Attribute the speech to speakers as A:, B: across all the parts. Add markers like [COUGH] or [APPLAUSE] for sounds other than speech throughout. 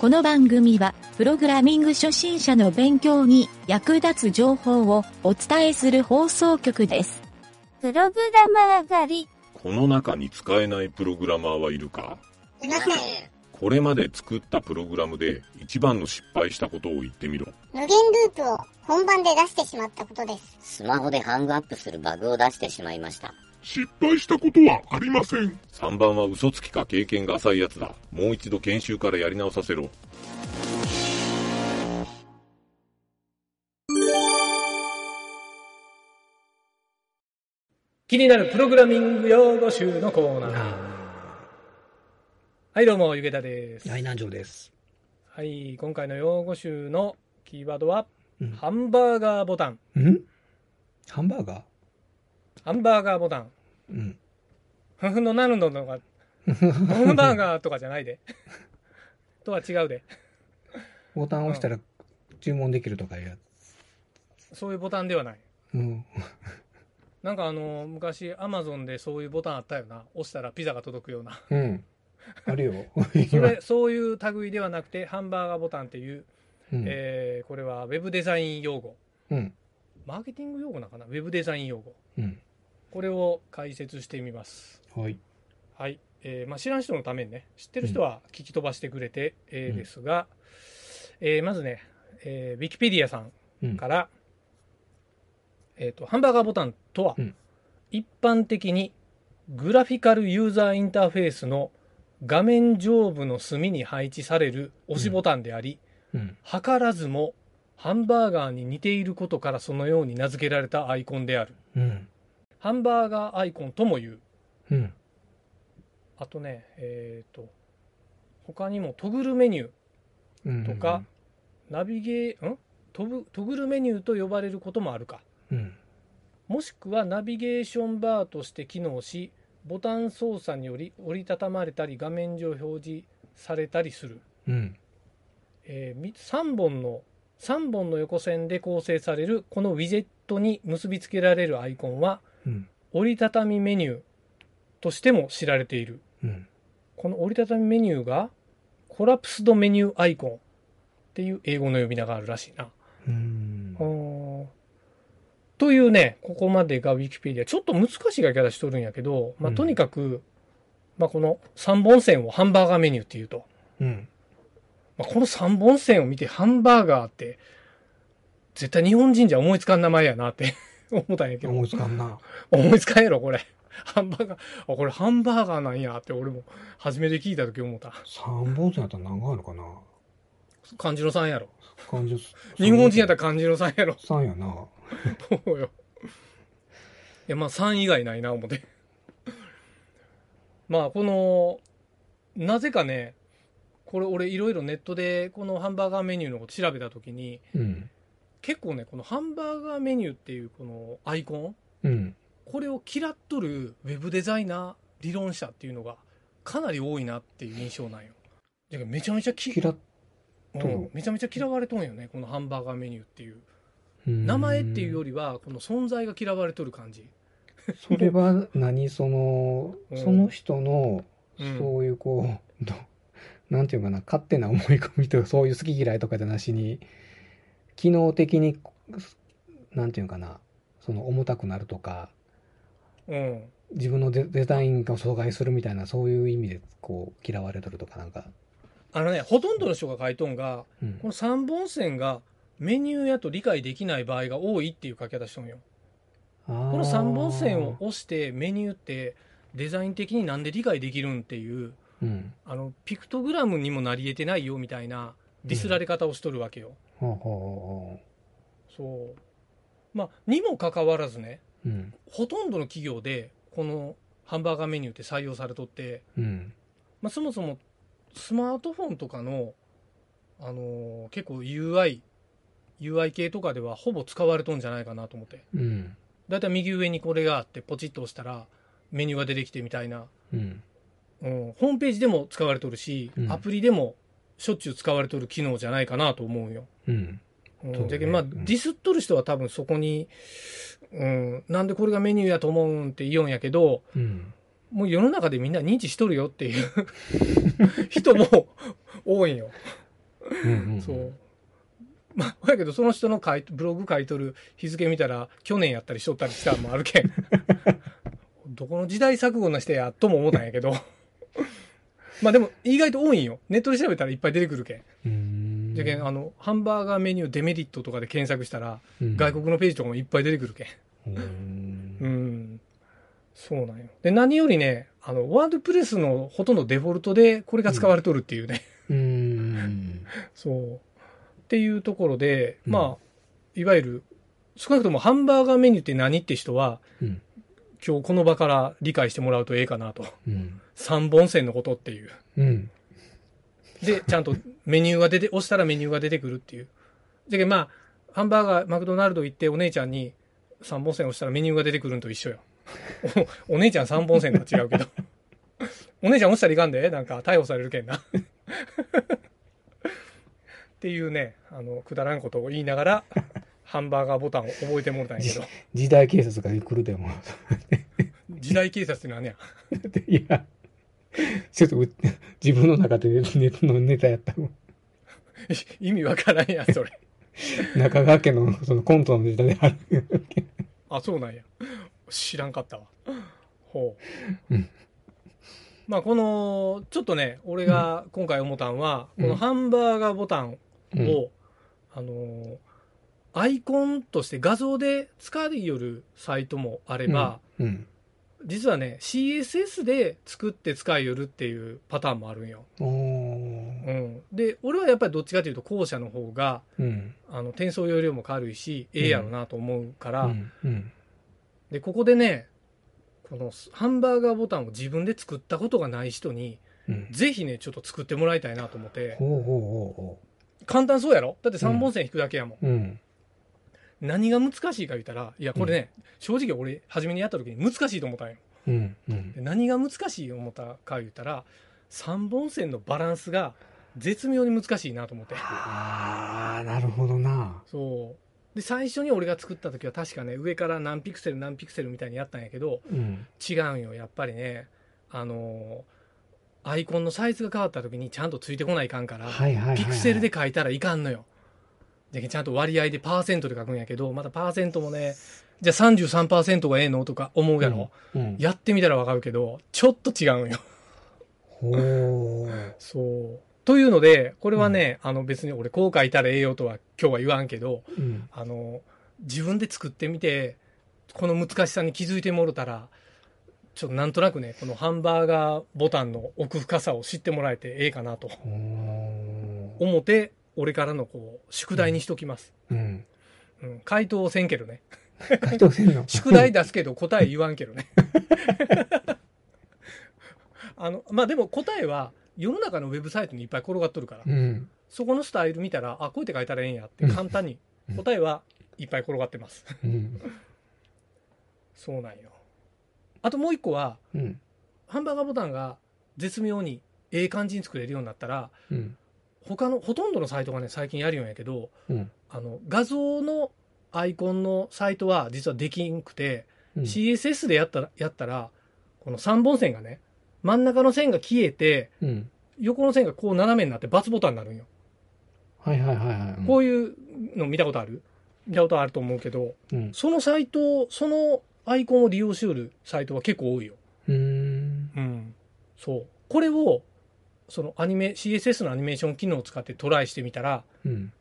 A: この番組は、プログラミング初心者の勉強に役立つ情報をお伝えする放送局です。
B: プログラマー狩り。
C: この中に使えないプログラマーはいるか
D: いません。
C: これまで作ったプログラムで一番の失敗したことを言ってみろ。
D: 無限ループを本番で出してしまったことです。
E: スマホでハングアップするバグを出してしまいました。
F: 失敗したことはありません。
C: 3番は嘘つきか経験が浅いやつだ。もう一度研修からやり直させろ。
G: 気になるプログラミング用語集のコーナー。はい、どうも、ゆげたです。
H: 大南城です。
G: はい、今回の用語集のキーワードは、
H: うん
G: ハンバーガーボタン。
H: んハンバーガ
G: ハンバーガーボタン。
H: ーうん。
G: ふんふんのなるのと
H: [LAUGHS]
G: か、ハンバーガーとかじゃないで。とは違うで。
H: ボタンを押したら注文できるとかいうや
G: そういうボタンではない。
H: つ。うん。
G: なんかあの、昔、アマゾンでそういうボタンあったよな。押したらピザが届くような。
H: うん。あるよ。
G: それ、そういう類ではなくて、ハンバーガーボタンっていう、
H: うん。
G: えーこれはウェブデザイン用語。
H: うん。
G: マーケティング用語なのかなウェブデザイン用語。
H: うん。
G: これを解説してみます。
H: はい。
G: はい。えーまあ、知らん人のためにね、知ってる人は聞き飛ばしてくれて、えーですが、えーまずね、えー、ウィキペディアさん
H: うん。
G: から、えーと、ハンバーガーボタンとは、
H: うん
G: 一般的にグラフィカルユーザーインターフェースの画面上部の隅に配置される押しボタンであり、
H: うん。
G: 図らずもハンバーガーに似ていることからそのように名付けられたアイコンである。
H: うん。
G: ハンバーガーアイコンとも言う。
H: うん。
G: あとね、えっ、と、他にもトグルメニュー、
H: うん。
G: とかナビゲー、んトブトグルメニューと呼ばれることもあるか。
H: うん。
G: もしくはナビゲーションバーとして機能し、ボタン操作により折りたたまれたり画面上表示されたりする。
H: うん。
G: え3本の3本の横線で構成されるこのウィジェットに結びつけられるアイコンは
H: うん。
G: 折りたたみメニューとしても知られている。
H: うん。
G: この折りたたみメニューがコラプスドメニューアイコンっていう英語の呼び名があるらしいな。
H: うん。
G: うんというね、ここまでが Wikipedia。ちょっと難しい書き方しとるんやけど、まあ、
H: うん
G: とにかく、まあ、この3本線をハンバーガーメニューっていうと、
H: うん。
G: まあ、この3本線を見てハンバーガーって、絶対日本人じゃ思いつかん名前やなって [LAUGHS] 思ったんやけど、
H: 思いつかんな。
G: 思いつかんやろ、これ。ハンバーガー、あ、これハンバーガーなんやって俺も初めて聞いた時思った。
H: 三本線やったら何があるかな
G: 漢字の3やろ。
H: 感じ
G: 日本人やったら漢字の3やろ。
H: 三やな。
G: そうよ。 [LAUGHS] いや、まあ3以外ないな、思って。 [LAUGHS] まあ、この、なぜかね、これ俺いろいろネットでこのハンバーガーメニューのこと調べたときに、
H: うん。
G: 結構ね、このハンバーガーメニューっていうこのアイコン、
H: うん。
G: これを嫌っとるウェブデザイナー理論者っていうのがかなり多いなっていう印象なんよ。だからめちゃめちゃき
H: キラとる
G: うんめちゃめちゃ嫌われとんよね、このハンバーガーメニューっていう。
H: 名
G: 名前っていうよりは、この存在が嫌われとる感じ。
H: それは何その、
G: うん
H: その人の、
G: うん
H: そういうこう、どなんていうかな、勝手な思い込みとか、そういう好き嫌いとかじゃなしに、機能的に、なんていうかな、その重たくなるとか、
G: うん。
H: 自分のデデザインが阻害するみたいな、そういう意味で、こう、嫌われとるとかなんか。
G: あのね、ほとんどの人が書いとんが、
H: うん
G: この3本線がメニューやと理解できない場合が多いっていう書き方しとんよ。
H: こ
G: この3本線を、押してメニューってデザイン的になんで理解できるんっていう、
H: うん。
G: あの、ピクトグラムにもなり得てないよみたいなディスられ方をしとるわけよ。
H: ほうほ
G: そう。まあ、にもかかわらずね、
H: うほうほう。うん。
G: ほとんどの企業でこのハンバーガーメニューって採用されとって、
H: うん。
G: まあ、そもそもスマートフォンとかの、あのー結構 UI、UI 系とかではほぼ使われとんじゃないかなと思って。
H: うん。
G: だいたい右上にこれがあって、ポチッと押したらメニューが出てきてみたいな。
H: うん。
G: うん、ホームページでも使われとるし、
H: うん
G: アプリでもしょっちゅう使われとる機能じゃないかなと思うよ。
H: うん。
G: うん
H: そうね
G: だけどまあ、
H: うん
G: ディスっとる人は多分そこに、うん、なんでこれがメニューやと思うんって言うんやけど、
H: うん。
G: もう [LAUGHS] 世の中でみんな認知しとるよっていう人も多いんよ。
H: うんうん
G: そう。 [LAUGHS] まあ、ほやけど、その人の書いブログ書いとる日付見たら、去年やったりしとったりしたんもある
H: [LAUGHS]
G: けん。どこの時代錯誤な人や、とも思ったんやけど。 [LAUGHS] まあでも、意外と多いんよ。ネットで調べたらいっぱい出てくるけん。
H: うーん
G: じゃけん、あの、ハンバーガーメニューデメリットとかで検索したら、
H: うん
G: 外国のページとかもいっぱい出てくるけん。
H: うーん
G: うん。そうなんよ。で、何よりね、あの、ワードプレスのほとんどデフォルトで、これが使われとるっていうね。
H: うーん
G: そう。っていうところで、
H: うん
G: まあ、いわゆる、少なくともハンバーガーメニューって何って人は、
H: うん
G: 今日この場から理解してもらうとええかなと。
H: うん
G: 三本線のことっていう。
H: うん
G: で、ちゃんとメニューが出て、押したらメニューが出てくるっていう。じゃけんまあ、ハンバーガー、マクドナルド行ってお姉ちゃんに三本線押したらメニューが出てくるんと一緒や。おお姉ちゃん三本線とは違うけど。お姉ちゃん押したらいかんで、なんか逮捕されるけんな。っていうね、あの、くだらんことを言いながら、ハンバーガーボタンを覚えてもらったんやけど、
H: 時代警察が来るでも [LAUGHS]
G: 時代警察って何や。
H: いやちょっとう自分の中でネネのネタやった
G: 意味わからんやん、それ。
H: 中川家のそのコントのネタである
G: あ、そうなんや。知らんかったわ。ほう。
H: うん
G: まあ、この、ちょっとね、俺が今回思ったんは、
H: うん
G: このハンバーガーボタンを、
H: うん
G: あのーアイコンとして画像で使いよるサイトもあれば、
H: うん
G: 実はね、CSS で作って使いよるっていうパターンもあるんよ。
H: お
G: う
H: ー
G: ん。で、俺はやっぱりどっちかというと後者の方が、
H: うん
G: あの、転送容量も軽いし、ええやろなと思うから、
H: うんうん
G: で、ここでね、このハンバーガーボタンを自分で作ったことがない人に、
H: うん
G: ぜひね、ちょっと作ってもらいたいなと思って、
H: ほうほうほ
G: 簡単そうやろだって3本線引くだけやもん。
H: うほううん
G: 何が難しいか言ったら、いや、これね、正直俺、初めにやった時に難しいと思ったんよ。
H: うんうん
G: で何が難しいと思ったか言ったら、3本線のバランスが絶妙に難しいなと思って。
H: ああなるほどな
G: そう。で、最初に俺が作った時は確かね、上から何ピクセル何ピクセルみたいにやったんやけど、
H: うん
G: 違うんよやっぱりねあのーアイコンのサイズが変わった時にちゃんとついてこないかんから、
H: はいはいはいはい
G: ピクセルで書いたらいかんのよでちゃんと割合でパーセントで書くんやけどまたパーセントもねじゃあ33%がええのとか思うやろ、
H: うん
G: やってみたらわかるけどちょっと違うんよ
H: ほう
G: そうというのでこれはね、あの別に俺こう書いたらええよとは今日は言わんけど
H: うん
G: あの自分で作ってみてこの難しさに気づいてもろたらちょっとなんとなくねこのハンバーガーボタンの奥深さを知ってもらえてええかなと
H: ほう
G: 思って俺からのこう宿題にしときます、
H: うん
G: うん回答せんけどね
H: 回答せんの
G: 宿題出すけど答え言わんけどね [LAUGHS] あのまあでも答えは世の中のウェブサイトにいっぱい転がっとるから、
H: うん
G: そこのスタイル見たらあこうやって書いたらええんやって簡単に
H: うん
G: 答えはいっぱい転がってます
H: うん
G: そうなんよ。あともう一個は、
H: うん
G: ハンバーガーボタンが絶妙にええ感じに作れるようになったら、
H: うん
G: 他の、ほとんどのサイトがね、最近やるようやけど、
H: うん
G: あの、画像のアイコンのサイトは実はできんくて、
H: うん
G: CSS でやったら、やったら、この3本線がね、真ん中の線が消えて、
H: うん
G: 横の線がこう斜めになって×ボタンになるんよ。
H: はいはいはいはいうん
G: こういうの見たことある見たことあると思うけど、
H: うん
G: そのサイトを、そのアイコンを利用しうるサイトは結構多いよ。
H: うーん
G: うん、そうこれをそのアニメ CSS のアニメーション機能を使ってトライしてみたら
H: うん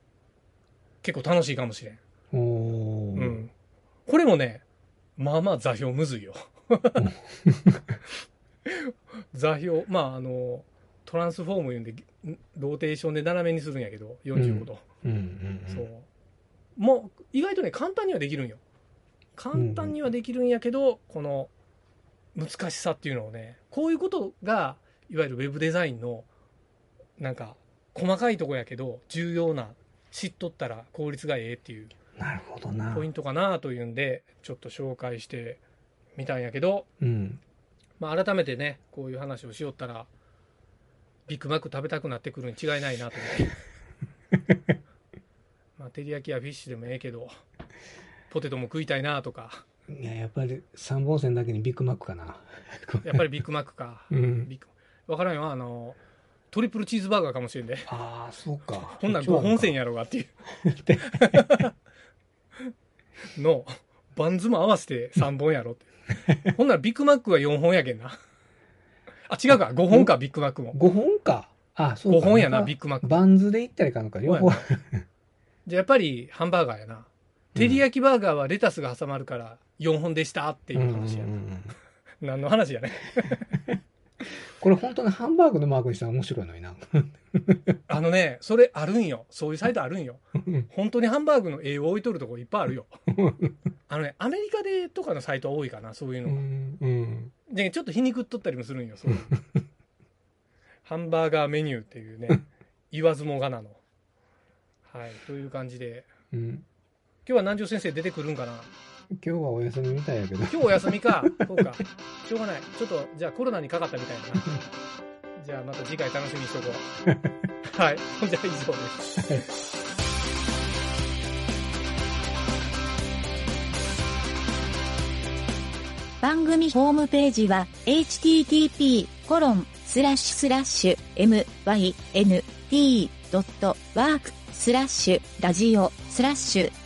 G: 結構楽しいかもしれん、
H: お
G: う
H: ー
G: ん、これもねまあまあ座標むず [LAUGHS] いよ座標まああのトランスフォームいうんでんローテーションで斜めにするんやけど45度、
H: うんうん
G: そうもう意外とね簡単にはできるんよ簡単にはできるんやけど、この難しさっていうのをねこういうことがいわゆるウェブデザインのなんか細かいとこやけど重要な知っとったら効率がええっていう
H: なるほどな
G: ポイントかなというんでちょっと紹介してみたんやけど、
H: うん
G: まあ、改めてねこういう話をしよったらビッグマック食べたくなってくるに違いないなと思って
H: [LAUGHS]
G: まあ照り焼きやフィッシュでもええけどポテトも食いたいなとか
H: いややっぱり三本線だけにビッグマックかな
G: やっぱりビッグマックか
H: うん
G: ビッグ分からんよあのトリプルチーズバーガーかもしれんで、
H: ああ、そうか。
G: こんなん
H: 一応
G: 5
H: あるか
G: 本線やろうがって
H: [LAUGHS]
G: いう。の、バンズも合わせて3本やろって。ほんならビッグマックは4本やけんな。あ、違うか、5本か、ビッグマックも。
H: 5本か。あ、そうか。
G: 5本やな、
H: ビ
G: ビ
H: ッ
G: ッグマック。
H: バンズで行ったりかのか、両方。
G: じゃあやっぱりハンバーガーやな。照り焼きバーガーはレタスが挟まるから4本でしたっていう話や
H: うんう
G: な。
H: んうんうん
G: 何の話やね。 [LAUGHS]
H: これ本当にハンバーグのマークにしたら面白いのにな。
G: あのね、それあるんよ。そういうサイトあるんよ。
H: うん
G: 本当にハンバーグの絵を置いとるとこいっぱいあるよ。あのね、アメリカでとかのサイトは多いかな、そういう
H: う
G: のが。
H: んうん。
G: で、ちょっと皮肉っとったりもするんよ、そういうの
H: [LAUGHS]
G: ハンバーガーメニューっていうね、言わずもがなの。はい、という感じで。
H: うん
G: 今日は南條先生出てくるんかな
H: 今日はお休みみたいやけど。
G: 今日お休みか。そうか。しょうがない。ちょっと、じゃあコロナにかかったみたいだな。じゃあまた次回楽しみにしとこう。はい。ほんじゃあ以上です。
A: 番組ホームページは http://myn.t.world.radio.jp コロンスラッシュスラッシュ MYNT ドットワークスラッシュラジオスラッシュ